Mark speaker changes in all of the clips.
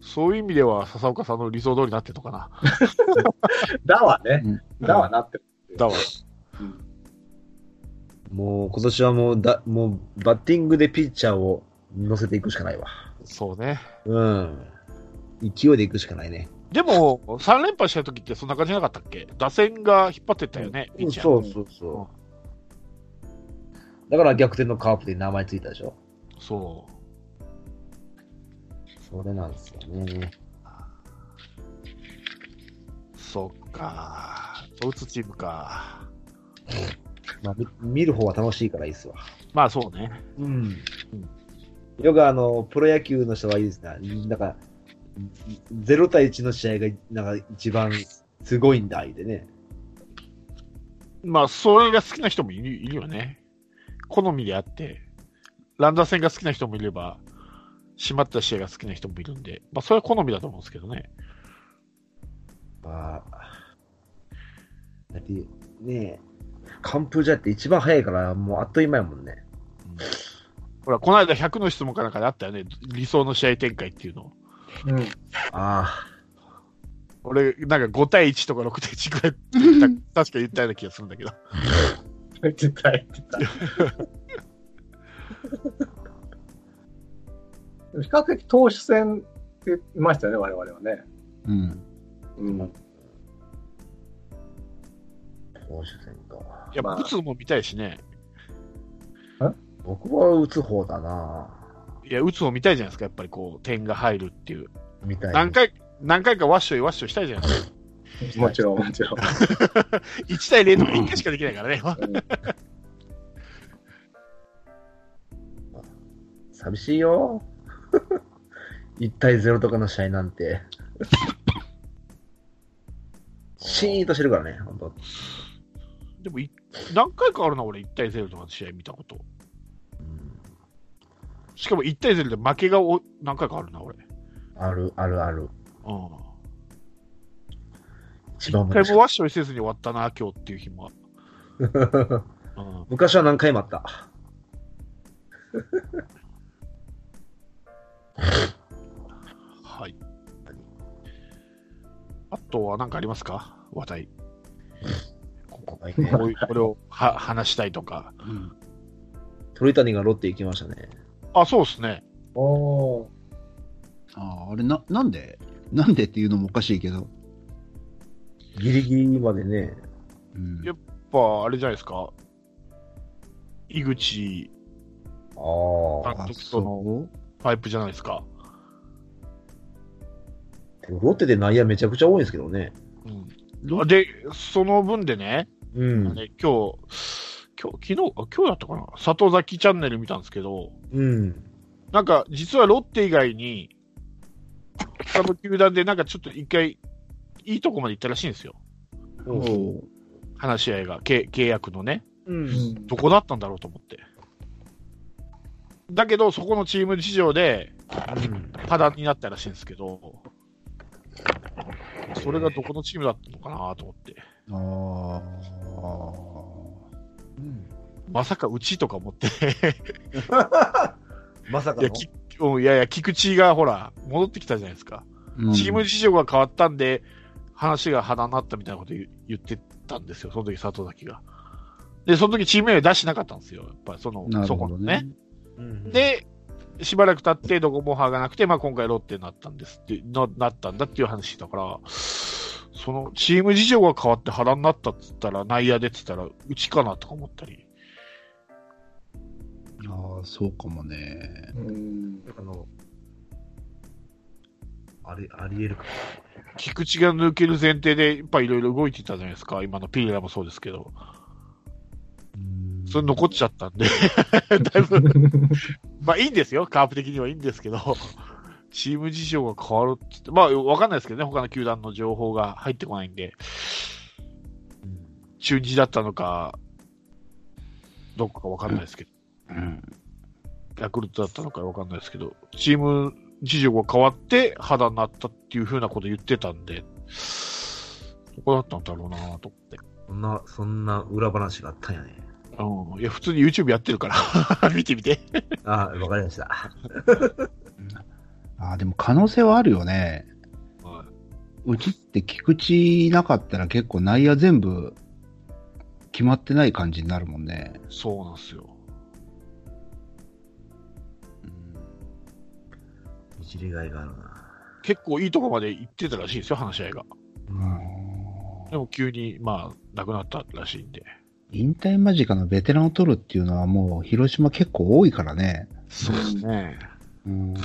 Speaker 1: そういう意味では、笹岡さんの理想通りになってるのかな。
Speaker 2: だわね。だわなってる。
Speaker 1: だわ。
Speaker 3: もう今年はもうだ、もうバッティングでピッチャーを乗せていくしかないわ。
Speaker 1: そうね。
Speaker 3: うん。勢いでいくしかないね。
Speaker 1: でも、3連敗した時ってそんな感じじゃなかったっけ打線が引っ張ってったよね、ピッチャー。
Speaker 3: そうそうそう。だから逆転のカープで名前ついたでしょ。
Speaker 1: そう。
Speaker 3: それなんですよね。
Speaker 1: そっか。打つチームか。
Speaker 3: まあ、み見る方は楽しいからいいっすわ。
Speaker 1: まあそうね。
Speaker 3: うん。よくあの、プロ野球の人はいいですね。なんか、0対1の試合が、なんか一番すごいんだ、でね。
Speaker 1: まあ、それが好きな人もいるいるよね。好みであって、ランダー戦が好きな人もいれば、締まった試合が好きな人もいるんで、まあ、それは好みだと思うんですけどね。
Speaker 3: まあ、だって、ねえ、完封じゃって一番早いから、もうあっという間やもんね。
Speaker 1: ほら、この間100の質問かなんかであったよね。理想の試合展開っていうの。
Speaker 2: うん。
Speaker 3: あ
Speaker 1: 俺、なんか5対1とか6対1ぐらい って言った確か言ったような気がするんだけど。
Speaker 2: 絶対言ってた。比較的投手戦って言いましたよね、我々はね。
Speaker 4: うん。
Speaker 2: うん。
Speaker 3: あ、投手戦か。
Speaker 1: いや、
Speaker 2: まあ
Speaker 1: 打つのも見たいしね。
Speaker 3: 僕は打つ方だない
Speaker 1: や、打つの見たいじゃないですか。やっぱりこう、点が入るっていう。
Speaker 3: みたいな。
Speaker 1: 何回、何回かワッショイワッショイしたいじゃないです か。
Speaker 2: もちろん、もちろん。
Speaker 1: 1対0の1回しかできないからね。
Speaker 3: 寂しいよ。1対0とかの試合なん て。シーンとしてるからね、本当。
Speaker 1: でもい、何回かあるな、俺、1対0とかの試合見たこと。
Speaker 3: うん
Speaker 1: しかも1対0で負けがお何回かあるな、俺。
Speaker 3: ある、ある、ある。
Speaker 1: うん。
Speaker 3: 一番
Speaker 1: 一
Speaker 3: 難
Speaker 1: 回
Speaker 3: しい
Speaker 1: もワッショイせずに終わったな、今日っていう日も。うん。
Speaker 3: 昔は何回もあった。
Speaker 1: はい。あとは何かありますか話 題。ここ
Speaker 3: はい
Speaker 1: こういうこれをは話したいとか。
Speaker 4: うん。
Speaker 3: 鳥谷がロッテ行きましたね。
Speaker 1: あ、そうですね。
Speaker 2: おお
Speaker 4: ああ、あれな、なんでなんでっていうのもおかしいけど。
Speaker 3: ギリギリまでね。
Speaker 4: うん
Speaker 1: やっやっぱ、あれじゃないですか。井口
Speaker 3: ああ。
Speaker 1: 監
Speaker 4: あ、
Speaker 1: 督との
Speaker 4: そう
Speaker 1: パイプじゃないですか。
Speaker 3: ロッテで内野めちゃくちゃ多いんですけどね。
Speaker 1: うん。で、その分でね、
Speaker 3: うん。
Speaker 1: ね、今日、今日、昨日、あ今日だったかな里崎チャンネル見たんですけど、
Speaker 3: うん。
Speaker 1: なんか、実はロッテ以外に、他の球団でなんかちょっと一回、いいとこまで行ったらしいんですよ。
Speaker 4: おう
Speaker 1: 話し合いが、け契約のね。
Speaker 3: うん。
Speaker 2: ー。
Speaker 1: どこだったんだろうと思って。だけど、そこのチーム事情で、破談になったらしいんですけど、それがどこのチームだったのかなと思って。
Speaker 4: あ
Speaker 1: まさかうちとか思って。
Speaker 3: まさか
Speaker 1: いや、
Speaker 3: の。
Speaker 1: きうんいやいや、菊池がほら、戻ってきたじゃないですか。
Speaker 4: あ。
Speaker 1: チーム事情が変わったんで、話が花になったみたいなこと言う言ってたんですよ、その時佐藤崎が。で、その時チーム名出してなかったんですよ、やっぱりその、
Speaker 4: なる
Speaker 1: そ
Speaker 4: ほ
Speaker 1: こ
Speaker 4: ど
Speaker 1: の
Speaker 4: ね
Speaker 1: ね。。
Speaker 3: うん、
Speaker 1: で、しばらく経って、どこも派がなくて、まあ、今回ロッテになったんですってな、なったんだっていう話だから、そのチーム事情が変わって腹になったっつったら、内野でっつったら、うちかなとか思ったり、
Speaker 4: ああ、そうかもね。
Speaker 2: うん。
Speaker 3: あの、あれ、ありえるか。
Speaker 1: 菊池が抜ける前提で、やっぱいろいろ動いていたじゃないですか、今のピリラもそうですけど、それ残っちゃったんで、 だいぶまあいいんですよ、カープ的にはいいんですけど、チーム事情が変わるっつって、まあわかんないですけどね、他の球団の情報が入ってこないんで、中日だったのか、どこかわかんないですけど、
Speaker 4: うん。
Speaker 1: ヤクルトだったのかわかんないですけど、チーム事情が変わって肌になったっていうふうなこと言ってたんで、どこだったんだろうなと思って。
Speaker 3: そんな、そんな裏話があったんやね。
Speaker 1: うん。いや、普通に YouTube やってるから、見てみて。
Speaker 3: ああ、わかりました。
Speaker 4: あーでも可能性はあるよね。
Speaker 1: は
Speaker 4: うちって菊池いなかったら結構内野全部決まってない感じになるもんね。
Speaker 1: い、そうなんですよ。
Speaker 3: 一例外があるな。
Speaker 1: 結構いいとこまで行ってたらしいですよ、話し合いが。
Speaker 4: うん
Speaker 1: でも急に、まあ、亡くなったらしいんで。
Speaker 4: 引退間近のベテランを取るっていうのはもう広島結構多いからね。
Speaker 1: そうですね。
Speaker 4: うん、
Speaker 3: で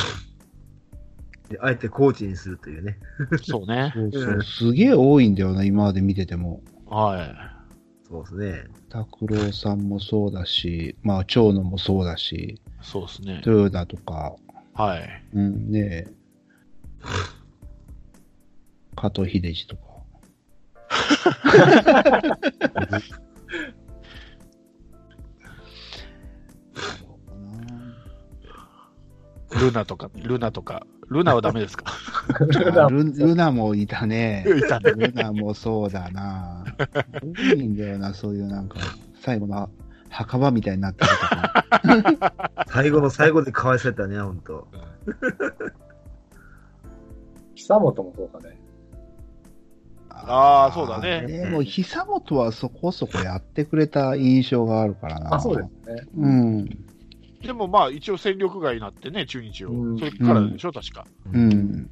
Speaker 3: あえてコーチにするというね。
Speaker 1: そうね。
Speaker 4: そうそうすげえ多いんだよな、今まで見てても。
Speaker 1: は
Speaker 3: そうですね。
Speaker 4: 拓郎さんもそうだし、まあ、長野もそうだし、
Speaker 1: い。そうですね。
Speaker 4: 豊田とか、
Speaker 1: はい。
Speaker 4: うん、ねえ、加藤秀治と か。
Speaker 1: ルナとか、ルナとか。ルナはダメですか
Speaker 4: あルルナもいたね。
Speaker 1: いたね
Speaker 4: ルナもそうだな。いいんだよな、そういうなんか、最後の墓場みたいになってるとか。
Speaker 3: 最後の最後でかわいそうやったね、ほんと。
Speaker 2: 久本もそうだね。
Speaker 1: あーそうだね
Speaker 4: でも、久本はそこそこやってくれた印象があるからな。
Speaker 2: あ、そうですね。
Speaker 4: うん。
Speaker 1: でもまあ、一応戦力外になってね、中日を。
Speaker 2: うん
Speaker 1: それからでしょ、確か。
Speaker 4: う。ん。
Speaker 1: うん。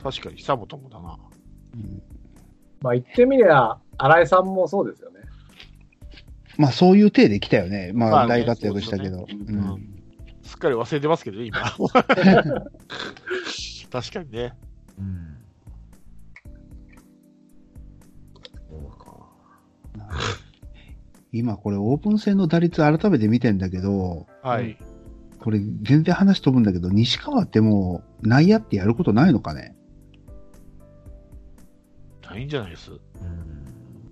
Speaker 1: 確かに、久本もだな。
Speaker 4: うん
Speaker 2: まあ言ってみりゃ、新井さんもそうですよね。
Speaker 4: まあ、そういう体で来たよね。まあ、
Speaker 1: まあね
Speaker 4: 大活躍したけど。
Speaker 1: そうです
Speaker 4: う
Speaker 1: よね
Speaker 4: ん
Speaker 1: すっかり忘れてますけどね、 今。 確かにね。
Speaker 3: うん。そうか。
Speaker 4: 今、これ、オープン戦の打率改めて見てんだけど、
Speaker 1: はい。
Speaker 4: これ、全然話飛ぶんだけど、西川ってもう、内野ってやることないのかね
Speaker 1: ないんじゃないです。
Speaker 3: うん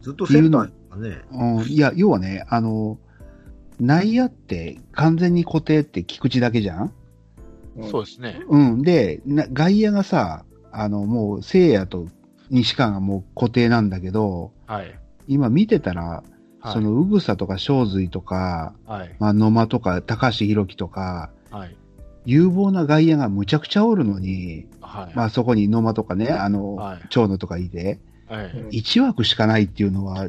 Speaker 3: ずっとセンターやったね。
Speaker 4: うん、いや、要はね、あの、内野って完全に固定って菊池だけじゃん
Speaker 2: ん
Speaker 1: そうですね。
Speaker 4: うん。で、な外野がさ、あの、もう、聖夜と西川がもう固定なんだけど、
Speaker 1: はい。
Speaker 4: 今見てたら、
Speaker 1: はい、
Speaker 4: その、うぐさとか正髄とか、
Speaker 1: はい。
Speaker 4: まあ、野間とか、高橋宏樹とか、
Speaker 1: はい。
Speaker 4: 有望な外野がむちゃくちゃおるのに、
Speaker 1: はい。
Speaker 4: まあ、そこに野間とかね、あの、
Speaker 1: はい
Speaker 4: 長野とかいて、
Speaker 1: はい。
Speaker 2: うん
Speaker 4: 1枠しかないっていうのは、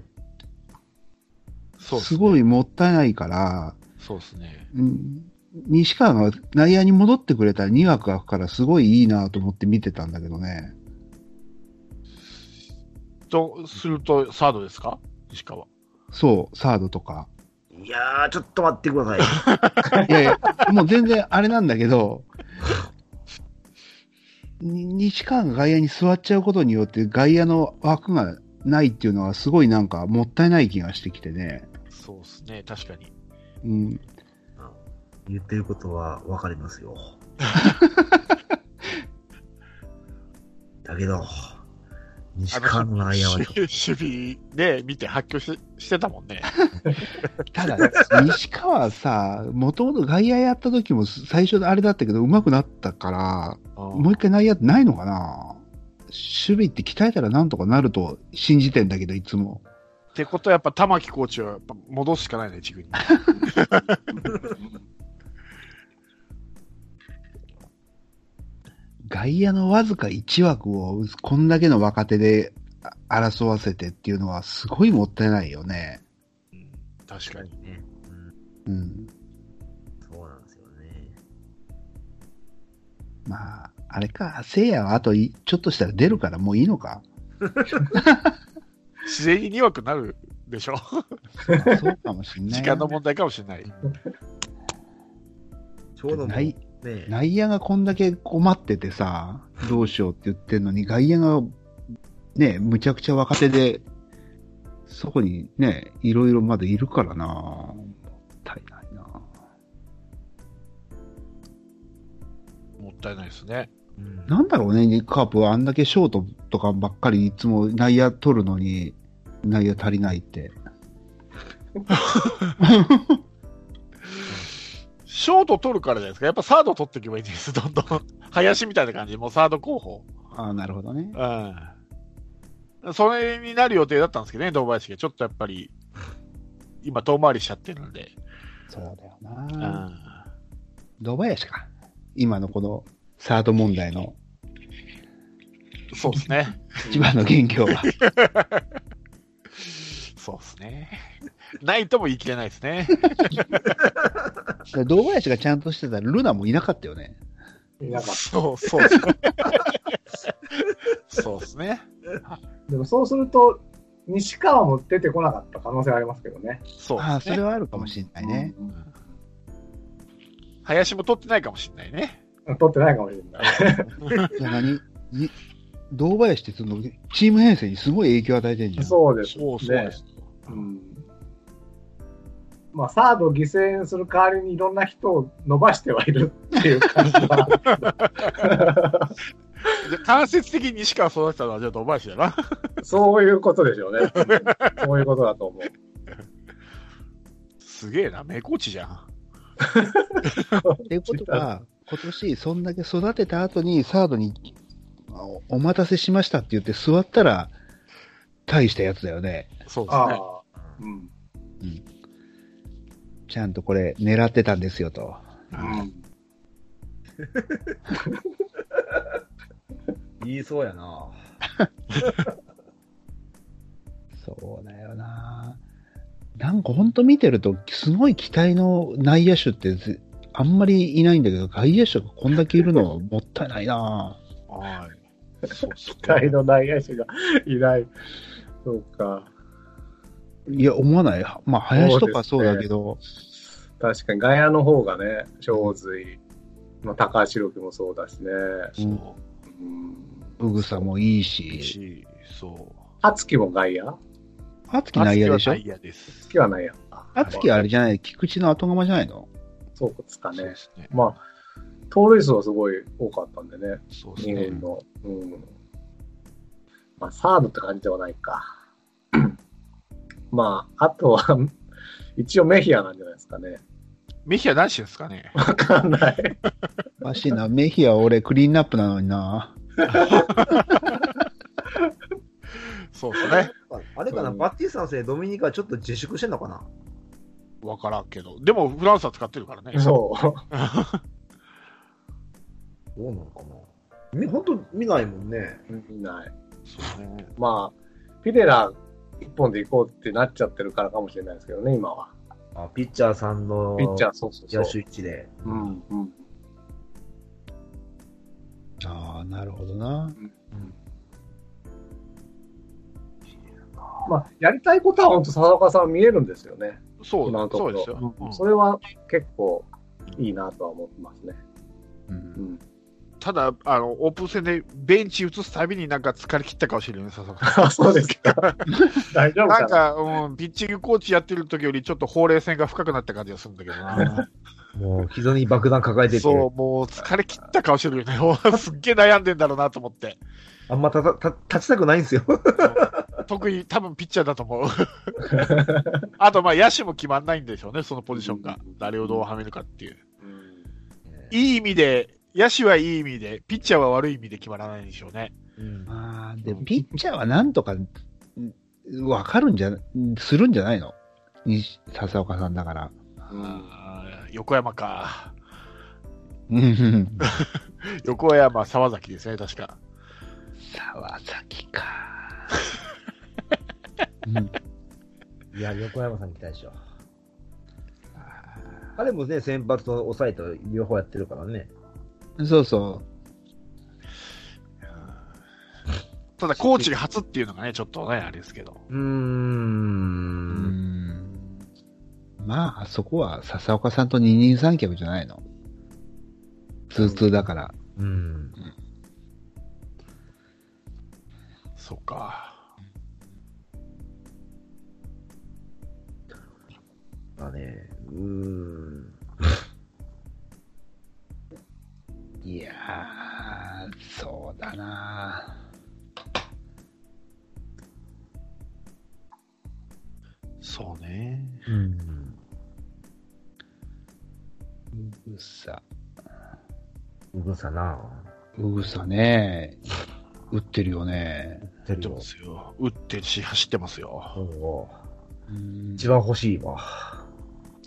Speaker 1: そうっ
Speaker 4: す
Speaker 1: ね
Speaker 4: ごい。もったいないから、
Speaker 1: そうですね。
Speaker 4: うん西川が内野に戻ってくれたら2枠空くからすごいいいなと思って見てたんだけどね。
Speaker 1: と、すると、サードですか石川。
Speaker 4: そう、サードとか。
Speaker 3: いやー、ちょっと待ってください。
Speaker 4: いやいや、もう全然あれなんだけど、に西川が外野に座っちゃうことによって外野の枠がないっていうのはすごいなんかもったいない気がしてきてね。
Speaker 1: そうですね。確かに。
Speaker 4: うん。
Speaker 3: 言ってることはわかりますよ。だけど、西川の内野は
Speaker 1: し、守備で見て発狂ししてたもんね。
Speaker 4: ただ、西川さ、もともと外野やった時も最初あれだったけど上手くなったから、もう一回内野ってないのかな守備って鍛えたらなんとかなると信じてんだけど、いつも。
Speaker 1: ってことは、やっぱ玉木コーチはやっぱ戻すしかないね、自分に。
Speaker 4: 外野のわずか1枠をこんだけの若手であ争わせてっていうのはすごいもったいないよね。
Speaker 1: うん確か
Speaker 3: 確
Speaker 1: に
Speaker 3: か。にね。うん
Speaker 4: うん。
Speaker 3: そうなんですよね。
Speaker 4: まあ、あれか、聖夜はあといちょっとしたら出るからもういいのか。
Speaker 1: 自然に弱くなるでしょ。
Speaker 4: まあそうかもしんな い
Speaker 1: 時
Speaker 4: な。
Speaker 1: 間の問題かもしれない。
Speaker 3: ちょうどもう
Speaker 4: 内
Speaker 3: ね、
Speaker 4: 内野がこんだけ困っててさ、どうしようって言ってんのに、外野が、ね、むちゃくちゃ若手で、そこにね、いろいろまだいるからなもったいないな
Speaker 1: もったいないですね。
Speaker 3: うん
Speaker 4: なんだろうね、カープはあんだけショートとかばっかりいつも内野取るのに、内野足りないって。
Speaker 1: ショート取るからじゃないですか。やっぱサード取っていけばいいんです、どんどん。林みたいな感じ、もうサード候補。
Speaker 4: ああ、なるほどね。
Speaker 1: うん。それになる予定だったんですけどね、堂林が。ちょっとやっぱり、今遠回りしちゃってるんで。
Speaker 4: そうだよ
Speaker 1: う
Speaker 4: な。
Speaker 1: ん。
Speaker 4: 堂林か。今のこのサード問題 の
Speaker 1: そうですね。
Speaker 4: 千葉の元凶は。
Speaker 1: そうですね。ないとも言い切れないですね。
Speaker 4: 堂林がちゃんとしてたら、ルナもいなかったよね。
Speaker 2: いなかっ
Speaker 1: そう、そうですね。 そうですね。
Speaker 2: た。でもそうすると、西川も出てこなかった可能性はありますけどね。
Speaker 1: そう
Speaker 4: ああ、
Speaker 1: です
Speaker 4: そ
Speaker 1: ね
Speaker 4: れ。はあるかもしれないね。
Speaker 1: 林も取ってないかもしれないね。
Speaker 2: うん。取ってないかもしれない。
Speaker 4: じゃあ何に堂林ってそのチーム編成にすごい影響を与えてるんじゃん。
Speaker 2: そうですね。
Speaker 1: そうそうです。
Speaker 2: うん。まあ、サードを犠牲にする代わりにいろんな人を伸ばしてはいるっていう感じは。
Speaker 1: じゃあ間接的に西川育てたのは、じゃあ、堂林だな。
Speaker 2: そういうことでしょうね。うんそういうことだと思う。
Speaker 1: すげえな、名コーチじゃん。
Speaker 4: っていうことは、今年そんだけ育てた後にサードにあおお待たせしましたって言って座ったら、大したやつだよね。
Speaker 1: そうです
Speaker 2: あ
Speaker 1: ね。
Speaker 2: あ。うん。
Speaker 4: ちゃんとこれ狙ってたんですよと。
Speaker 2: うん
Speaker 3: 言いそうやな。
Speaker 4: そうだよな。なんかほんと見てると、すごい期待の内野手ってずあんまりいないんだけど、外野手がこんだけいるのはもったいないな。
Speaker 1: はい。そうですね
Speaker 2: 期待の内野手がいない。そうか。
Speaker 4: いや、思わない。まあ、林とかそうだけど、
Speaker 2: 確かに外野の方がね、正髄、まあ、高橋宏樹もそうだしね。
Speaker 1: そう
Speaker 2: うん。
Speaker 4: うぐさもいい
Speaker 1: いい
Speaker 4: し、
Speaker 1: し。そう。
Speaker 2: 敦樹も外野
Speaker 4: あつき内野でしょ
Speaker 1: 内野です。
Speaker 2: 敦樹は内野。
Speaker 4: あつきあれじゃない、菊池の後釜じゃないの
Speaker 2: そうですか
Speaker 1: そう
Speaker 2: ね
Speaker 1: で。すね。
Speaker 2: まあ、盗塁数はすごい多かったんでね、
Speaker 1: そうです
Speaker 2: 日
Speaker 1: ね。
Speaker 2: 本の。うん。まあ、サードって感じではない か。まあ、あとは、 一応メヒアなんじゃないですかね。
Speaker 1: メヒア何してんですか ね。
Speaker 2: わかんない。
Speaker 4: おかしいな、メヒア俺クリーンナップなのにな。
Speaker 1: そうですね。
Speaker 3: あれかな、
Speaker 2: うん
Speaker 3: バッティスタのせいでドミニカはちょっと自粛してんのかな
Speaker 1: わからんけど。でも、フランスは使ってるからね。
Speaker 2: そう。
Speaker 3: どうなのかなみ本当見ないもんね。
Speaker 2: 見ない。
Speaker 1: そうね。
Speaker 2: まあ、ピレラ一本で行こうってなっちゃってるからかもしれないですけどね、今は。
Speaker 3: あピッチャーさんの
Speaker 2: ピッチャー、そうそうそう
Speaker 3: 野。手一で。
Speaker 2: うん、うん。
Speaker 4: ああ、なるほどな。
Speaker 2: まあ、やりたいことは本当、佐岡さん見えるんですよね。
Speaker 1: そう
Speaker 2: 今のとこ
Speaker 1: そう
Speaker 2: ろ
Speaker 1: ですよ。うん
Speaker 2: それは結構いいなとは思ってますね。
Speaker 4: う、
Speaker 2: うん ん。
Speaker 1: ただ、あの、オープン戦でベンチ移すたびになんか疲れ切った顔してるよね、佐々木さ
Speaker 2: あ、そうです か。大丈夫
Speaker 1: ん。
Speaker 2: か
Speaker 1: な
Speaker 2: なん
Speaker 1: か、うん、ピッチングコーチやってる時よりちょっとほうれい線が深くなった感じがするんだけどな。
Speaker 3: もう膝に爆弾抱えてて、
Speaker 1: そう、もう疲れ切った顔してるよね。もう すっげえ悩んでんだろうなと思って。
Speaker 3: あんまたたた立ちたくないんですよ。
Speaker 1: 特に多分ピッチャーだと思う。 あと、まあ、野手も決まんないんでしょうね、そのポジションが。誰をどうはめるかっていう。いい意味で、野手はいい意味で、ピッチャーは悪い意味で決まらないんでしょうね。
Speaker 3: うん
Speaker 4: ああ、で、ピッチャーはなんとか、んわかるんじゃ、するんじゃないのに笹岡さんだ から。
Speaker 2: うん
Speaker 1: あー横山か。
Speaker 4: うん。
Speaker 1: 横山、沢崎ですね、確か。
Speaker 4: 沢崎か。うん
Speaker 3: いや、横山さんに期待しよう。彼もね、先発と抑えと両方やってるからね。
Speaker 4: そうそ
Speaker 1: ただ、コーチが初っていうのがね、ちょっとね、あれですけど。
Speaker 3: うー。
Speaker 4: う。うんん。まあ、そこは笹岡さんと二人三脚じゃないの。ツーツーだから。
Speaker 3: うん。
Speaker 1: そうか。
Speaker 3: まあね、うーん。
Speaker 4: いやー、そうだな
Speaker 1: そうね。
Speaker 3: うん。
Speaker 4: うぐさ。
Speaker 3: うぐさな。
Speaker 4: うぐさね。打ってるよね。
Speaker 3: て
Speaker 1: 打って
Speaker 3: る
Speaker 1: ま
Speaker 3: よ。
Speaker 1: すよ。打ってるし、走ってますよ。
Speaker 3: そう
Speaker 4: うん
Speaker 3: 一番欲しいわ。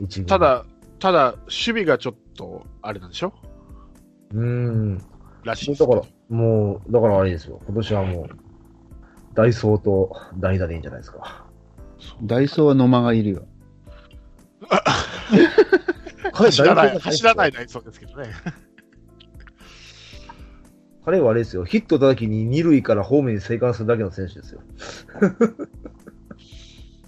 Speaker 3: 一軍
Speaker 1: た、だ、ただ、守備がちょっと、あれなんでしょ
Speaker 3: うん。
Speaker 1: らしいで
Speaker 3: だ
Speaker 1: す。
Speaker 3: から、もう、だからあれですよ。今年はもう、ダイソーと代打でいいんじゃないですか。。
Speaker 4: ダイソーは野間がいるよ。
Speaker 1: 走らない、走らないいダイソーですけどね。
Speaker 3: 彼はあれですよ。ヒット打った時に二塁からホームに生還するだけの選手ですよ。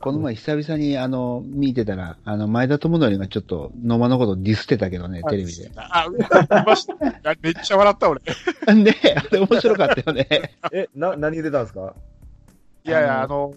Speaker 4: この前久々にあの、見てたら、あの、前田智則がちょっと野間のことディスってたけどね、テレビで。
Speaker 1: あ、見ました。いやめっちゃ笑った、俺。い
Speaker 4: ねあれ面白かったよね。
Speaker 3: え、な、何出たんですか
Speaker 1: やいや、あの、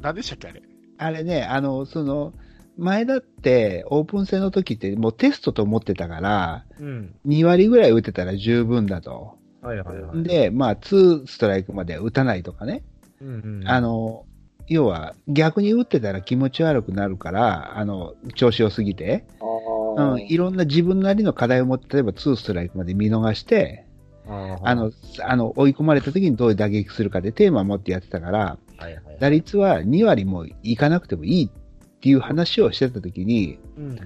Speaker 1: 何でしたっけ、あ れ。
Speaker 4: あれね、あの、その、前だってオープン戦の時ってもうテストと思ってたから、
Speaker 3: うん。
Speaker 4: 2割ぐらい打てたら十分だと。
Speaker 3: はいはいはい。
Speaker 4: で、まあ、2ストライクまでは打たないとかね。
Speaker 3: うんうん、
Speaker 4: あ、の、要は逆に打ってたら気持ち悪くなるから、あの、調子良すぎて、
Speaker 2: あ
Speaker 4: うん、いろんな自分なりの課題を持って、例えば2ストライクまで見逃して、あ
Speaker 3: あの、
Speaker 4: の、あの、追い込まれた時にどう打撃するかでテーマを持ってやってたから、
Speaker 3: はいはいはい。
Speaker 4: 打率は2割もいかなくてもいいっていう話をしてた時に、
Speaker 3: うん。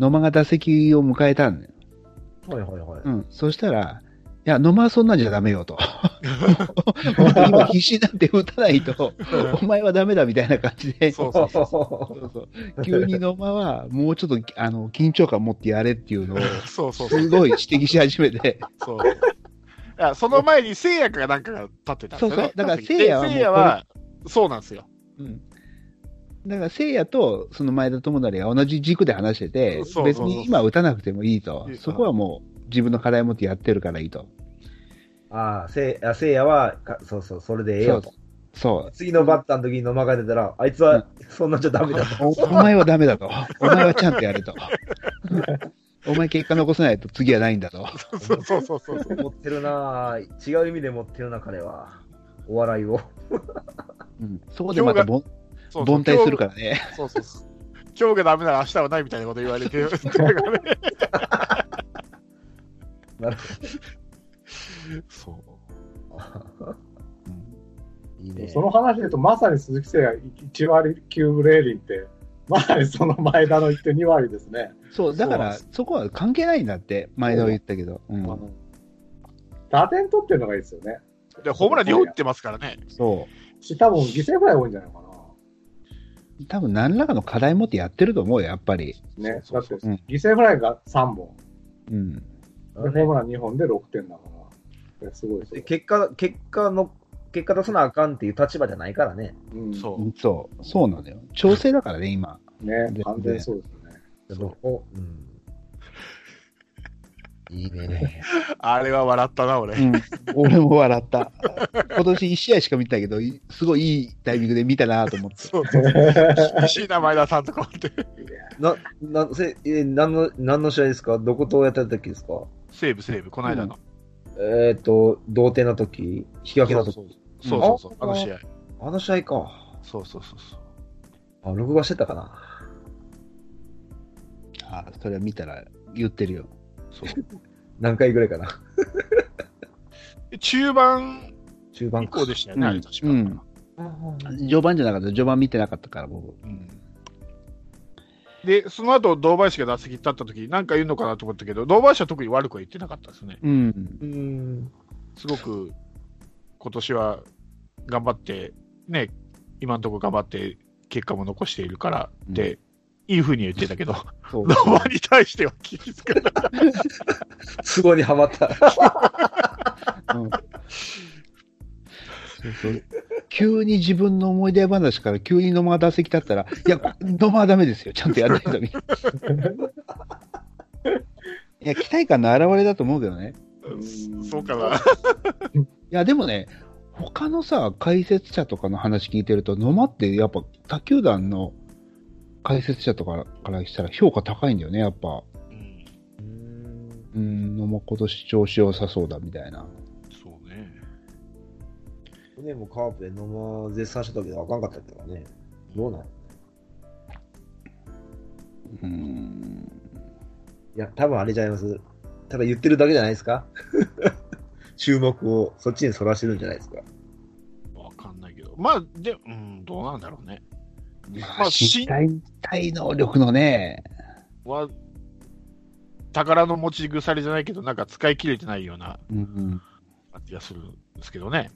Speaker 4: 野間が打席を迎えたんだよ。
Speaker 3: はいはいはい。
Speaker 4: うん。そしたら、いや、野間はそんなんじゃダメよと。今必死になって打たないと、お前はダメだみたいな感じ で。
Speaker 1: そうそうそう。
Speaker 4: そうそう急に野間は、もうちょっとあの緊張感持ってやれっていうのを、
Speaker 1: そうそうそう
Speaker 4: すごい指摘し始めて、
Speaker 1: そう。いや、その前に聖夜かなんかが立ってたんですよ、ね。
Speaker 4: そうそうだから
Speaker 1: で
Speaker 4: 聖夜はもう
Speaker 1: 聖夜は、そうなんですよ。
Speaker 4: うん、だから聖夜とその前田智成が同じ軸で話してて
Speaker 1: そう、そう
Speaker 4: 別
Speaker 1: そう
Speaker 4: に今打たなくてもいいと
Speaker 1: いい、
Speaker 4: そこはもう自分の課題持ってやってるからいいと、
Speaker 3: ああ、せいあせいやはか、そうそう、それでええよと。
Speaker 4: そう、
Speaker 3: 次のバッターの時に野間が出たら、あいつはそんなんじゃダ メだと。
Speaker 4: おお前はダメだと、お前はちゃんとやれと、お前結果残さないと次はないんだと、
Speaker 1: そうそうそうそう。
Speaker 3: 持ってるなぁ違う意味で持ってるな、彼は。お笑いを。
Speaker 4: うん、そこでまたぼん
Speaker 1: そう
Speaker 4: 凡退する
Speaker 1: か
Speaker 4: からね、
Speaker 1: ら。そうそうそう。今日がダメなら明日はないみたいなこと言われて、
Speaker 3: なる
Speaker 1: そう。
Speaker 3: ほど。いい
Speaker 2: ー
Speaker 3: ね。
Speaker 2: その話で言うと、まさに鈴木誠也1割9分0厘って、まさにその前田の言って2割ですね。
Speaker 4: そう、だからそこは関係ないんだって、前田は言ったけど。うん
Speaker 2: 打点取ってるのがいいですよね。
Speaker 1: で、ホームラン2本打ってますからね。
Speaker 4: そ
Speaker 2: し、多分犠牲フライ多いんじゃないか
Speaker 4: う。多分何らかの課題持ってやってると思うよ、やっぱり。
Speaker 2: な。ね。
Speaker 1: そ
Speaker 2: だ
Speaker 1: う
Speaker 2: って、
Speaker 4: ううん
Speaker 2: 犠牲フライが3本、
Speaker 4: うん。
Speaker 2: でホームラン2本で6点だから。いやすごいですよ。
Speaker 3: 結果、結果の、結果出さなあかんっていう立場じゃないからね。
Speaker 2: うん、
Speaker 1: そう。
Speaker 4: そう。そうなのよ。調整だからね、今。
Speaker 2: う。ね、完全にそうですね。
Speaker 3: どこうん。いいね。
Speaker 1: あれは笑ったな、俺。
Speaker 4: うん。 俺も笑った。今年1試合しか見てないけど、いすごいいいタイミングで見たなと思って。
Speaker 1: そうそう。厳しいな、前田さんとか思って。
Speaker 3: な、な、せ、え、なんの、なんの試合ですかどことやった時ですか
Speaker 1: セーブ、セーブ、この間の。
Speaker 3: えっ、と、同点の時引き分けの時
Speaker 1: そうそうそう。あの試合。
Speaker 3: あの試合か。
Speaker 1: そうそうそうそう。
Speaker 3: あ、録画してたかな。
Speaker 4: ああ、それは見たら言ってるよ。
Speaker 1: そう
Speaker 3: 何回ぐらいかな。
Speaker 1: で中盤
Speaker 3: 中盤
Speaker 1: 以
Speaker 3: か。
Speaker 1: 降でしたよね、
Speaker 4: うん
Speaker 1: あれ確か。
Speaker 4: うん序盤じゃなかった。序盤見てなかったから、僕。
Speaker 1: で、その後、堂林が打席に立った時に何か言うのかなと思ったけど、堂林は特に悪くは言ってなかったですね。
Speaker 4: うん。
Speaker 3: うん。
Speaker 1: すごく、今年は頑張って、ね、今のところ頑張って、結果も残しているからって、いい風に言ってたけど、
Speaker 4: そう。
Speaker 1: 堂林に対しては気づかなかった。
Speaker 3: すごいにハマった。
Speaker 4: うんそうそう急に自分の思い出話から急に野間が打席立ったら、いや、こ野間はダメですよ、ちゃんとやらないとみたいな。いや、期待感の表れだと思うけどね。
Speaker 2: うん
Speaker 1: そうかな。
Speaker 4: いや、でもね、他のさ、解説者とかの話聞いてると、野間ってやっぱ他球団の解説者とかからしたら評価高いんだよね、やっぱ。
Speaker 1: うん、
Speaker 4: うん、野間今年調子良さそうだみたいな。
Speaker 1: そうね。
Speaker 3: 去年もカープで野間絶賛したけどあかんかったけどね。どうなんい
Speaker 4: うん。
Speaker 3: や、多分あれちゃいます。ただ言ってるだけじゃないですか 注目をそっちにそらしてるんじゃないですか。
Speaker 1: わかんないけど。まあ、で、うん、どうなんだろうね。
Speaker 4: ま
Speaker 1: ま
Speaker 4: あ、
Speaker 1: あし
Speaker 4: 身体能力のね、
Speaker 1: は、宝の持ち腐れじゃないけど、なんか使い切れてないような
Speaker 4: うん。
Speaker 1: 感じがするんですけどね。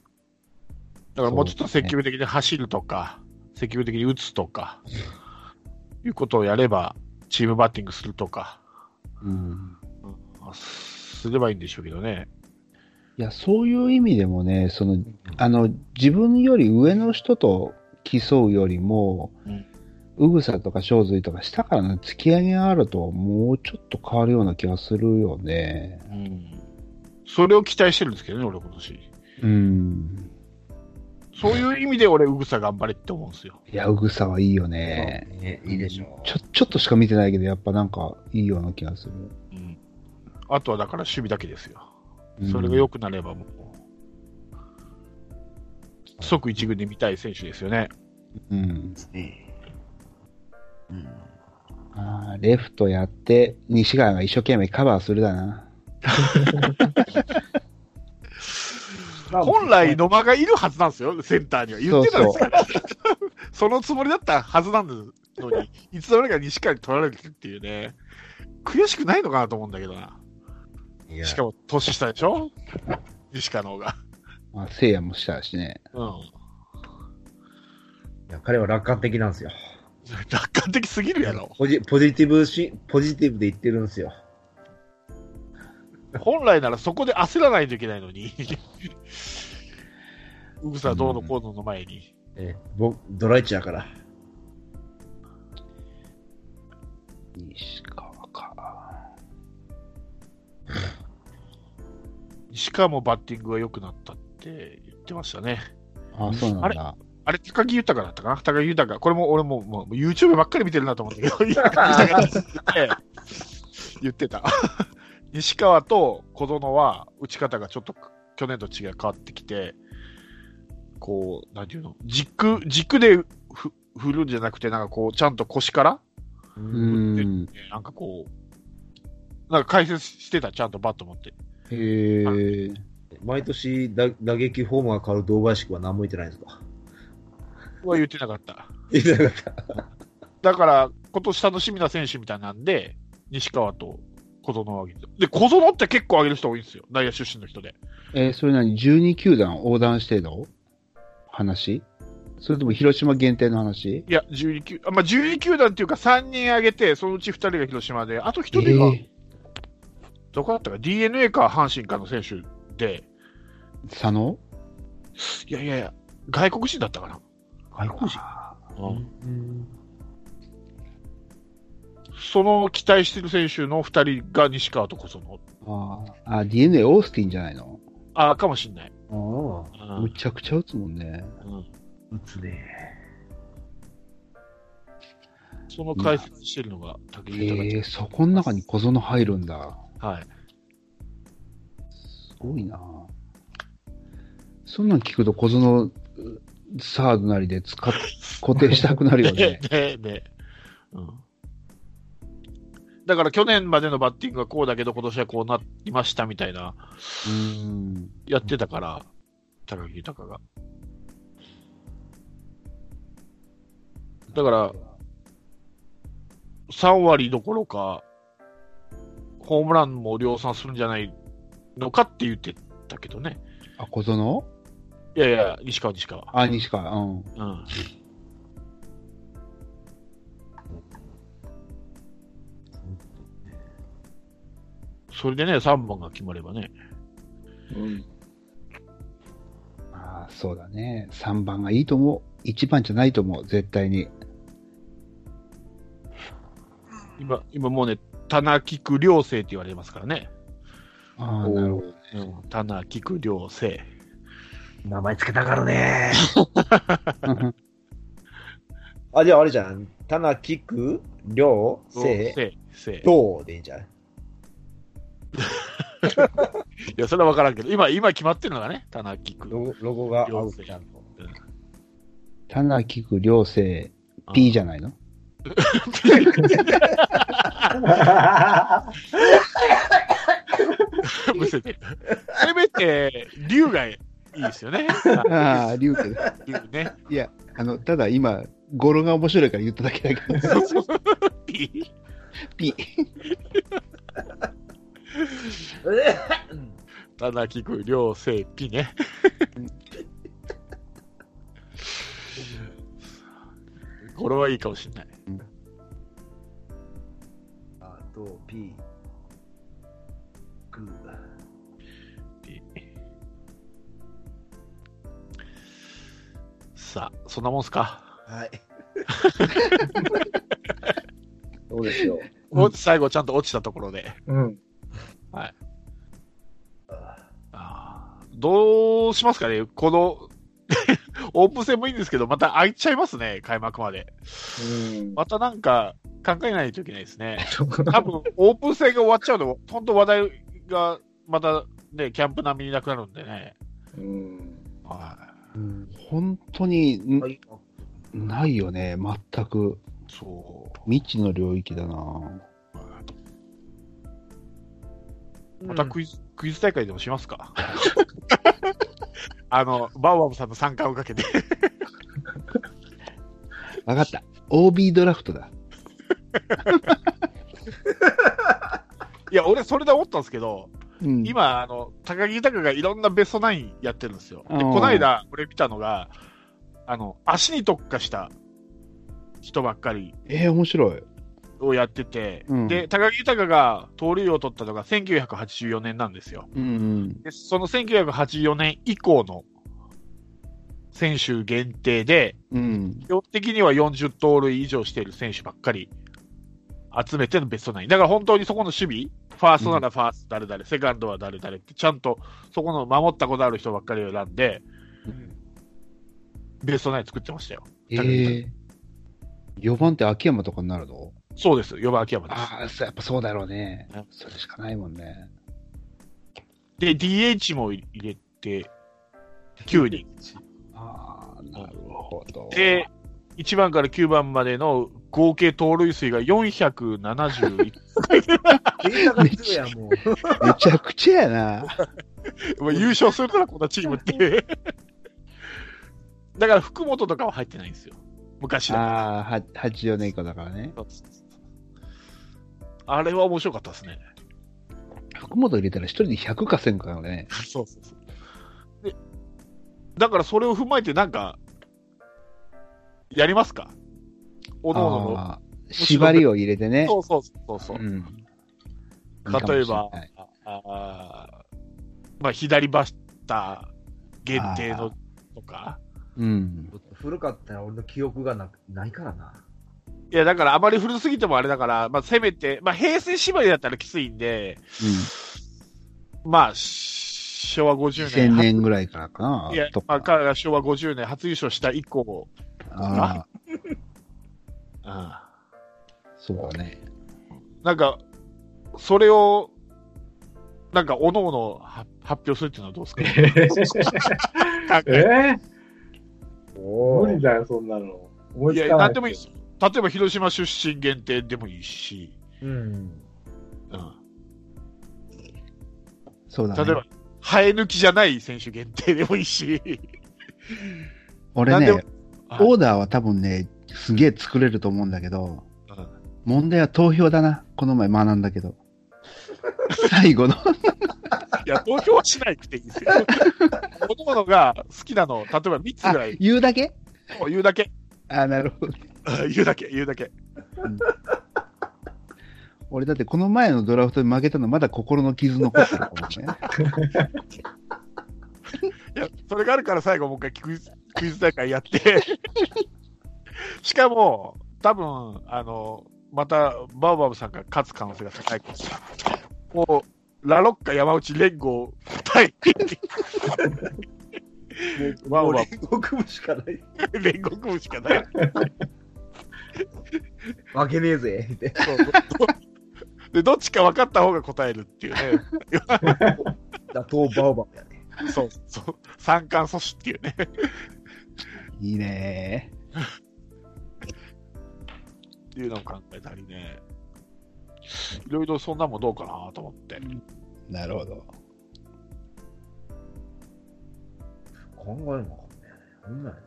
Speaker 1: だからもうちょっと積極的に走るとか、積極的に打つとか、いうことをやれば、チームバッティングするとか、
Speaker 4: うん。
Speaker 1: すればいいんでしょうけどね。
Speaker 4: いや、そういう意味でもね、その、あの、自分より上の人と競うよりも
Speaker 1: うん、
Speaker 4: うぐさとか正髄とか下からの突き上げがあると、もうちょっと変わるような気がするよね。
Speaker 1: それを期待してるんですけどね、俺今年。
Speaker 4: うん。
Speaker 1: そういう意味で俺、うぐさ頑張れって思うんですよ。
Speaker 4: いや、うぐさはいいよね。
Speaker 3: ねいいでしょう。
Speaker 4: ちょ、ちょっとしか見てないけど、やっぱなんかいいような気がする。
Speaker 1: うん。あとはだから守備だけですよ。
Speaker 4: うん
Speaker 1: それが良くなればもう、即一軍で見たい選手ですよね。
Speaker 4: うん。
Speaker 3: ねうん、
Speaker 4: あーレフトやって、西川が一生懸命カバーするだな。
Speaker 1: 本来野間がいるはずなんですよ、センターには。言ってたんですから。そのつもりだったはずなんですの に、いつの間にか西川に取られてるっていうね。悔しくないのかなと思うんだけどな。
Speaker 3: いや
Speaker 1: しかも年下でしょ西川の方が。
Speaker 4: まあ、聖夜もしたしね。
Speaker 1: うん。
Speaker 3: いや彼は楽観的なんですよ。
Speaker 1: 楽観的すぎるやろ。
Speaker 3: ポジポジティブし、ポジティブで言ってるんですよ。
Speaker 1: 本来ならそこで焦らないといけないの に。ウグサどうのこうのの前に。
Speaker 3: ええ、僕、ドライチだから。
Speaker 4: 西川か。
Speaker 1: しかもバッティングが良くなったって言ってましたね。
Speaker 4: あ、そうなんだ。
Speaker 1: あれ、高木豊だったかな高木豊。これも俺ももう YouTube ばっかり見てるなと思うんだけど、高木豊が 言って 言ってた。西川と小園は打ち方がちょっと去年と違い変わってきて、こう、なんていうの軸、軸でふ振るんじゃなくて、なんかこう、ちゃんと腰から
Speaker 3: う。
Speaker 4: うんん。
Speaker 1: なんかこう、なんか解説してた、ちゃんとバット持って。
Speaker 4: へえ。
Speaker 3: 毎年打、打撃フォームが変わる堂林君は何も言ってないんですか
Speaker 1: は言ってなかった。
Speaker 3: 言ってなかった。
Speaker 1: だから、今年楽しみな選手みたいなんで、西川と小園を上げて。で、小園って結構上げる人多いんですよ。内野出身の人で。
Speaker 4: えーそれ何 ?12 球団横断しての話それとも広島限定の話
Speaker 1: いや、12球、あまあ、12球団っていうか3人上げて、そのうち2人が広島で、あと1人が、
Speaker 4: え
Speaker 1: どこだったか、DNA か阪神かの選手で、
Speaker 4: ー佐野
Speaker 1: いやいやいや、外国人だったかな。
Speaker 4: 外国人
Speaker 1: その期待してる選手の2人が西川と小園。
Speaker 4: あーあ、DNA オースティンじゃないの
Speaker 1: ああ、かもしんない。
Speaker 3: あ
Speaker 1: うん
Speaker 4: むちゃくちゃ打つもんね。
Speaker 1: うん
Speaker 3: あ、打つね。
Speaker 1: その解説してるのが武
Speaker 4: え
Speaker 1: 井豊ちゃん
Speaker 4: ー、そこの中に小園入るんだ。
Speaker 1: はい。
Speaker 4: すごいなそんなん聞くと小園、サードなりで使 っ、固定したくなるよね
Speaker 1: ね。ねねうん。だから去年までのバッティングはこうだけど、今年はこうなりましたみたいな、
Speaker 4: うん。
Speaker 1: やってたから、高木豊が。だから、3割どころか、ホームランも量産するんじゃないのかって言ってたけどね。
Speaker 4: あ、小園
Speaker 1: いやいや、西川、西川。
Speaker 4: あ、西川。うん。
Speaker 1: うん。それでね、3番が決まればね。
Speaker 2: うん
Speaker 4: ああ、そうだね。3番がいいと思う。1番じゃないと思う。絶対に。
Speaker 1: 今、今もうね、棚菊良星って言われますからね。
Speaker 4: ああ、なるほど。
Speaker 1: うん、棚菊良星。
Speaker 3: 名前つけたからね。 あ、じゃああれじゃん。田中菊、涼、
Speaker 1: せ
Speaker 3: 聖、
Speaker 1: い、せい。い
Speaker 3: どでいいんじゃない
Speaker 1: や、それは分からんけど、今、今決まってるのがね、棚菊。
Speaker 3: ロゴロゴが合うちゃんと。
Speaker 4: 田中菊良星 P じゃないの
Speaker 1: ゃん。むせてる。せめて、竜がいいですよね。
Speaker 4: ああ、竜家だ。
Speaker 1: 竜ね。
Speaker 4: いや、あの、ただ今、語 呂が面白いから言っただけだけど。
Speaker 1: ピー
Speaker 4: P。
Speaker 1: 七木く両生ピね。これはいいかもしれない。
Speaker 3: あと、P。グー。
Speaker 1: P さあ、そんなもんすか。
Speaker 3: はい。そうですよ。
Speaker 1: お最後、ちゃんと落ちたところで。
Speaker 2: うん。
Speaker 1: あーどうしますかね、この オープン戦もいいんですけど、また開いちゃいますね、開幕まで。
Speaker 2: うん。
Speaker 1: またなんか考えないといけないですね。多分オープン戦が終わっちゃうと、本当話題がまたね、キャンプ並みになくなるんでね。
Speaker 2: うん。
Speaker 1: は
Speaker 4: 本当に、ん
Speaker 3: はい
Speaker 4: ないよね、全く。
Speaker 1: い。そう。
Speaker 4: 未知の領域だな
Speaker 1: またクイズ、クイズ大会でもしますか あの、バウアムさんの参加をかけて。
Speaker 4: わかった。OB ドラフトだ。
Speaker 1: いや、俺それで思ったんですけど、
Speaker 4: うん、
Speaker 1: 今、あの、高木豊がいろんなベストナインやってるんですよ。で、
Speaker 4: うん
Speaker 1: こないだ、俺見たのが、あの、足に特化した人ばっかり
Speaker 4: えー、面白い。
Speaker 1: をやってて、
Speaker 4: うん
Speaker 1: で、高木豊が盗塁を取ったのが1984年なんですよ。
Speaker 4: うん、
Speaker 1: で、その1984年以降の選手限定で、
Speaker 4: うん。うん。
Speaker 1: 基本的には40盗塁以上している選手ばっかり集めてのベストナイン。だから本当にそこの守備、ファーストならファースト誰々、セカンドは誰々って、ちゃんとそこの守ったことある人ばっかりを選んで、ベストナイン作ってましたよ。
Speaker 4: えー、4番って秋山とかになるの
Speaker 1: そうです、4番秋山です。
Speaker 4: ああ、そうやっぱそうだろうね
Speaker 1: うん。
Speaker 4: それしかないもんね。
Speaker 1: で、DH も入れて、9人。
Speaker 4: ああ、なるほど。
Speaker 1: で、1番から9番までの合計盗塁数が471。
Speaker 3: データがゼロやん、もう。
Speaker 4: めちゃくちゃやな。
Speaker 1: まあ優勝するから、このチームって。 だから、福本とかは入ってないんですよ。昔だから
Speaker 4: ああ、は84年以降だからね。
Speaker 1: そうそうそうあれは面白かったですね。
Speaker 4: 福本入れたら一人で100か1000かね。
Speaker 1: そうそうそう。で、だからそれを踏まえて、なんか、やりますかおのおのの。
Speaker 4: あー縛りを入れてね。
Speaker 1: そうそうそうそう。
Speaker 4: うん
Speaker 1: 例えば
Speaker 4: いいかもしれない
Speaker 1: あーまあ、左バッター限定のとか。
Speaker 4: うん。
Speaker 3: 古かったら俺の記憶がなないからな。
Speaker 1: いや、だからあまり古すぎてもあれだから、まあ、せめて、まあ、平成縛りだったらきついんで、まあ、し昭和50年。
Speaker 4: 2000年ぐらいからかな。
Speaker 1: いや
Speaker 4: と、か
Speaker 1: まあ、彼が昭和50年初優勝した以降、
Speaker 4: あ
Speaker 1: うん
Speaker 4: あ、そうだね。
Speaker 1: なんか、それを、なんか、おのおの発表するっていうのはどうですか考
Speaker 2: え
Speaker 1: え
Speaker 2: ー
Speaker 3: お
Speaker 2: 無理だよ、そんなの。思い
Speaker 1: い
Speaker 2: つ
Speaker 1: や、な
Speaker 2: かな
Speaker 1: いんでもいいですよ。例えば、広島出身限定でもいいし、
Speaker 3: うん。
Speaker 1: うん、
Speaker 4: そうだね。
Speaker 1: 例えば、生え抜きじゃない選手限定でもいいし、
Speaker 4: 俺
Speaker 1: なん
Speaker 4: ね
Speaker 1: で、はい
Speaker 4: オーダーは多分ね、すげえ作れると思うんだけど、
Speaker 1: うん
Speaker 4: 問題は投票だな。この前学んだけど。最後
Speaker 1: い
Speaker 4: の。
Speaker 1: や、投票はしなくていいですよ。 おのおのが好きなの、例えば3つぐ
Speaker 4: あ
Speaker 1: らい、
Speaker 4: 言うだけ
Speaker 1: もう言うだけ、
Speaker 4: あなるほど。
Speaker 1: うん言うだけ、言うだけ。
Speaker 4: 俺だってこの前のドラフトで負けたのまだ心の傷残ってるからね。
Speaker 1: いや、それがあるから最後もう一回クイズ、クイズ大会や って。しかも、多分、あの、また、バーバブさんが勝つ可能性が高いから。もう、ラロッカ山内連合対 ワンワン
Speaker 3: 俺動くもしかない。
Speaker 1: 連合組むしかない。
Speaker 3: 負けねえぜ。みたいな
Speaker 1: そうどで、どっちか分かった方が答えるっていうね。
Speaker 3: 打倒バオバオやね。
Speaker 1: そう、そう。三冠阻止っていうね。
Speaker 4: いいね
Speaker 1: っていうのを考えたりね。いろいろそんなもんどうかなと思って。
Speaker 4: なるほど。
Speaker 3: 考えるのかね。ほんまやね。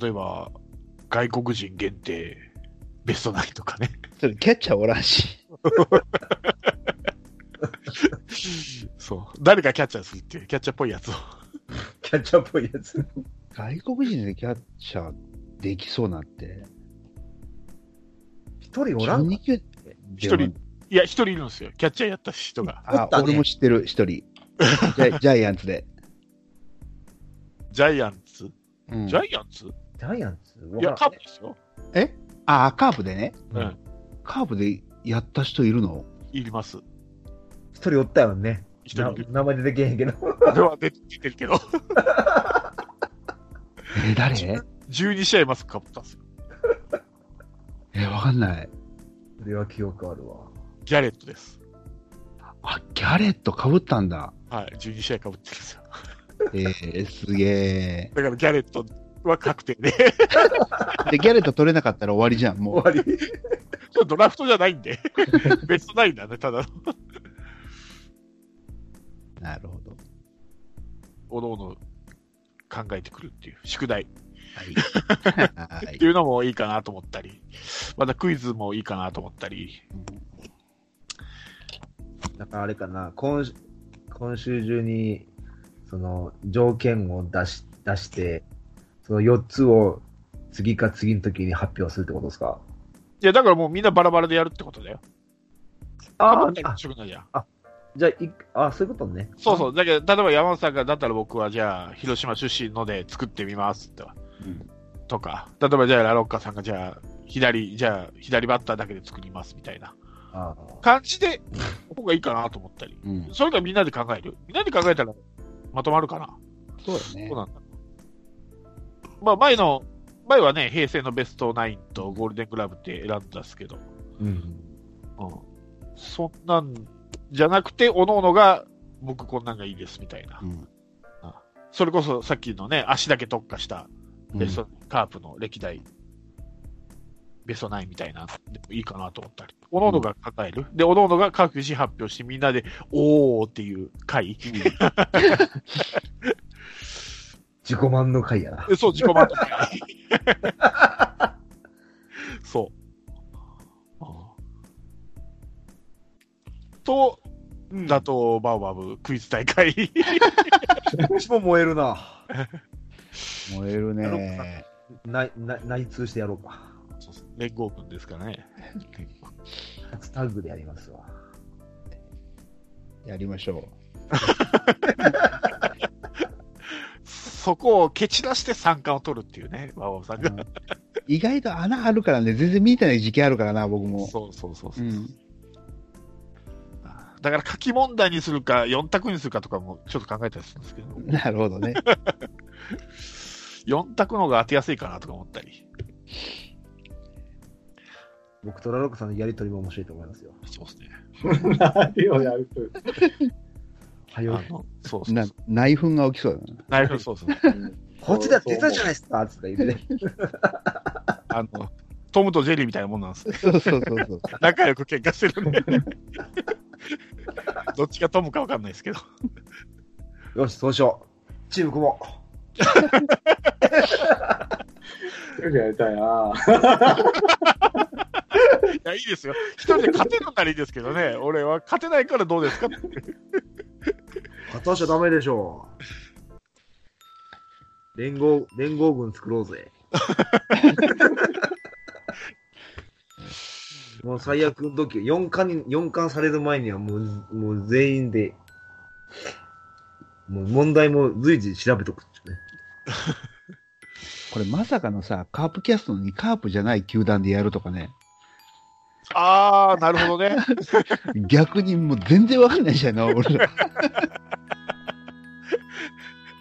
Speaker 1: 例えば、外国人限定、ベストナインとかね。
Speaker 4: それキャッチャーおらんし。
Speaker 1: そう。誰かキャッチャーするっていう、キャッチャーっぽいやつを。
Speaker 3: キャッチャーっぽいやつ。
Speaker 4: 外国人でキャッチャーできそうなって。
Speaker 3: 一人おらんか
Speaker 4: 12球
Speaker 1: 一人。いや、一人いるんですよ。キャッチャーやった人が。
Speaker 4: あ
Speaker 3: 打ったね
Speaker 4: 俺も知ってる、一人。ジャイジャイアンツで。
Speaker 1: ジャイアンツ、
Speaker 4: うん
Speaker 1: ジャイアンツ
Speaker 3: ジャイアンツわ
Speaker 1: いや、
Speaker 3: か
Speaker 1: カ
Speaker 3: ん
Speaker 1: ープですよ。
Speaker 4: あ、カープでね。
Speaker 1: う
Speaker 3: うんん。
Speaker 4: カープでやった人いるの
Speaker 1: いります。
Speaker 3: 一人おったよね。
Speaker 1: 一人
Speaker 3: ない
Speaker 1: る。
Speaker 3: 名前出てけへんけど。
Speaker 1: それは出てるけど。
Speaker 4: えー、誰
Speaker 1: 12試合マスクかぶったんですよ。
Speaker 4: えー、わかんない。
Speaker 3: それは記憶あるわ。
Speaker 1: ギャレットです。
Speaker 4: あ、ギャレットかぶったんだ。
Speaker 1: はい。12試合かぶってるんですよ。
Speaker 4: えー、すげえ。
Speaker 1: だからギャレットは確定で。
Speaker 4: で、ギャレット取れなかったら終わりじゃん、もう。
Speaker 3: 終わり。
Speaker 1: これドラフトじゃないんで。ベストナインだね、ただの。
Speaker 4: なるほど。
Speaker 1: おのおの考えてくるっていう、宿題
Speaker 4: はい。は
Speaker 1: っ
Speaker 4: い
Speaker 1: て。いうのもいいかなと思ったり、またクイズもいいかなと思ったり、
Speaker 3: なんかあれかな、今週今週中に、その、条件を出し、出して、その4つを次か次の時に発表するってことですか
Speaker 1: いや、だからもうみんなバラバラでやるってことだよ。
Speaker 3: あ
Speaker 1: あ
Speaker 3: あ、
Speaker 1: 食ないじゃん。
Speaker 3: じゃあ、いあ、そういうことね。
Speaker 1: そうそう。だけど、例えば山本さんが、だったら僕はじゃあ、広島出身ので作ってみますとか、
Speaker 4: うん
Speaker 1: とか、例えばじゃあ、ラロッカさんがじゃあ、左、じゃあ、左バッターだけで作りますみたいな
Speaker 3: あ
Speaker 1: 感じで、僕がいいかなと思ったり。
Speaker 4: うん。
Speaker 1: それからみんなで考えるみんなで考えたら、まとまるかな
Speaker 4: そうだね
Speaker 1: そう。なんだ。まあ、前の、前はね、平成のベストナインとゴールデングラブって選んだんですけど、
Speaker 3: うん。
Speaker 1: うん。そんなんじゃなくて、おののが、僕こんなんがいいですみたいな。
Speaker 4: うん
Speaker 1: それこそさっきのね、足だけ特化した
Speaker 4: う
Speaker 1: ベ
Speaker 4: ん
Speaker 1: スト、カープの歴代、ベストナインみたいな、でもいいかなと思ったり。おのおのが抱える。で、おのおのが各自発表してみんなで、おーっていう回。
Speaker 3: 自己満の回やな。
Speaker 1: えそう、自己 満足感。そう。ああと、だと、バウバブクイズ大会。
Speaker 3: どっちも燃える な。
Speaker 4: 燃える
Speaker 3: やろう
Speaker 4: ね。
Speaker 3: 内、内内通してやろうか。
Speaker 1: そうそう連合軍ですからね。
Speaker 3: 初タッグでやりますわ。
Speaker 4: やりましょ
Speaker 1: そこを蹴散らして三冠を取るっていうね、バウバブさん
Speaker 4: う。う
Speaker 1: が。
Speaker 4: ん意外と穴あるからね、全然見てない時期あるからな、僕も。
Speaker 1: そうそうそうそうう、
Speaker 4: ん。
Speaker 1: だから書き問題にするか、4択にするかとかもちょっと考えたりするんですけど、
Speaker 4: なるほどね。
Speaker 1: 4択の方が当てやすいかなとか思ったり。
Speaker 3: 僕とラロックさんのやりとりも面白いと思いますよ。
Speaker 1: そうですね。
Speaker 2: 何をやると。
Speaker 3: は
Speaker 1: あ
Speaker 3: よ。
Speaker 1: の、そうそう
Speaker 4: な
Speaker 1: そう。
Speaker 4: 内紛が起きそうだな。
Speaker 1: ナイフ、そうそう。
Speaker 3: こっちだってたじゃないですかつって言って ね。
Speaker 1: あの、トムとジェリーみたいなもんなんですね。
Speaker 4: そうそうそうそう。
Speaker 1: 仲良く喧嘩してるんで。 どっちがトムかわかんないですけど。
Speaker 3: よし、そうしよう。チーム組もう。
Speaker 2: 一人でやりたいな。
Speaker 1: いや、いいですよ。一人で勝てるならいいですけどね。俺は勝てないからどうですかって
Speaker 3: 勝たしちゃダメでしょう。連合、連合軍作ろう ぜ。もう最悪の時、4冠に、四冠される前にはもう、もう全員で、もう問題も随時調べとくっていうね。
Speaker 4: これまさかのさ、カープキャストにカープじゃない球団でやるとかね。
Speaker 1: あー、なるほどね。
Speaker 4: 逆にもう全然わかんないじゃんな、俺ら。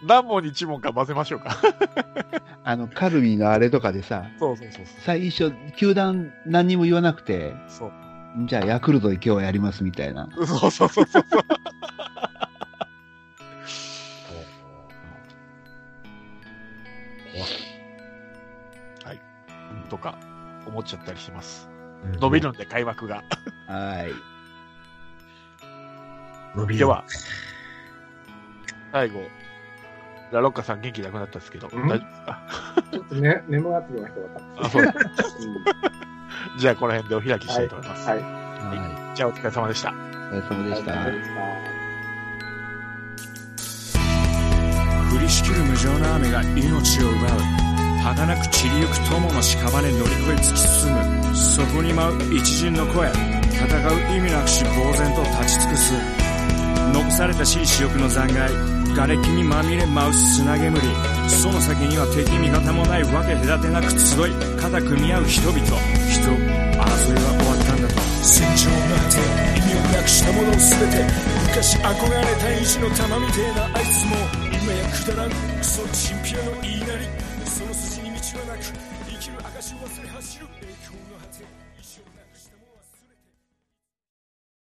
Speaker 1: 何問に一問か混ぜましょうか。
Speaker 4: あの、カルミのあれとかでさ、
Speaker 1: そうそうそう
Speaker 4: 最初、球団何にも言わなくて、
Speaker 1: そう。
Speaker 4: じゃあヤクルトで今日はやりますみたいな。
Speaker 1: そうそうそうそうそう。とか、思っちゃったりします。伸びるんで、開幕が。
Speaker 4: はい。
Speaker 3: 伸びる
Speaker 1: では、最後、ラロッカさん元気なくなったんですけど、大
Speaker 2: ん
Speaker 1: 丈夫ですか
Speaker 2: ちょっとね、眠がってきました、
Speaker 1: あそう
Speaker 2: 私うん
Speaker 1: じゃあ、この辺でお開きしたいと思います。
Speaker 2: はい。
Speaker 4: はい
Speaker 1: じゃあじゃあお疲れ様でした。
Speaker 4: お疲れ様でした。
Speaker 5: 降りしきる無情な雨が命を奪う儚く散りゆく友の屍乗り越え突き進むそこに舞う一陣の声戦う意味なくし呆然と立ち尽くす残されたしい死翼の残骸瓦礫にまみれ舞う砂煙その先には敵味方もないわけ隔てなく集い肩組み合う人々人争いは終わったんだと戦場の果て意味をなくしたものを全て昔憧れた意地の玉みてえなあいつも今やくだらんクソチンピラの言いなりその筋に道はなく生きる証を忘れ走る栄光の果て意地をなく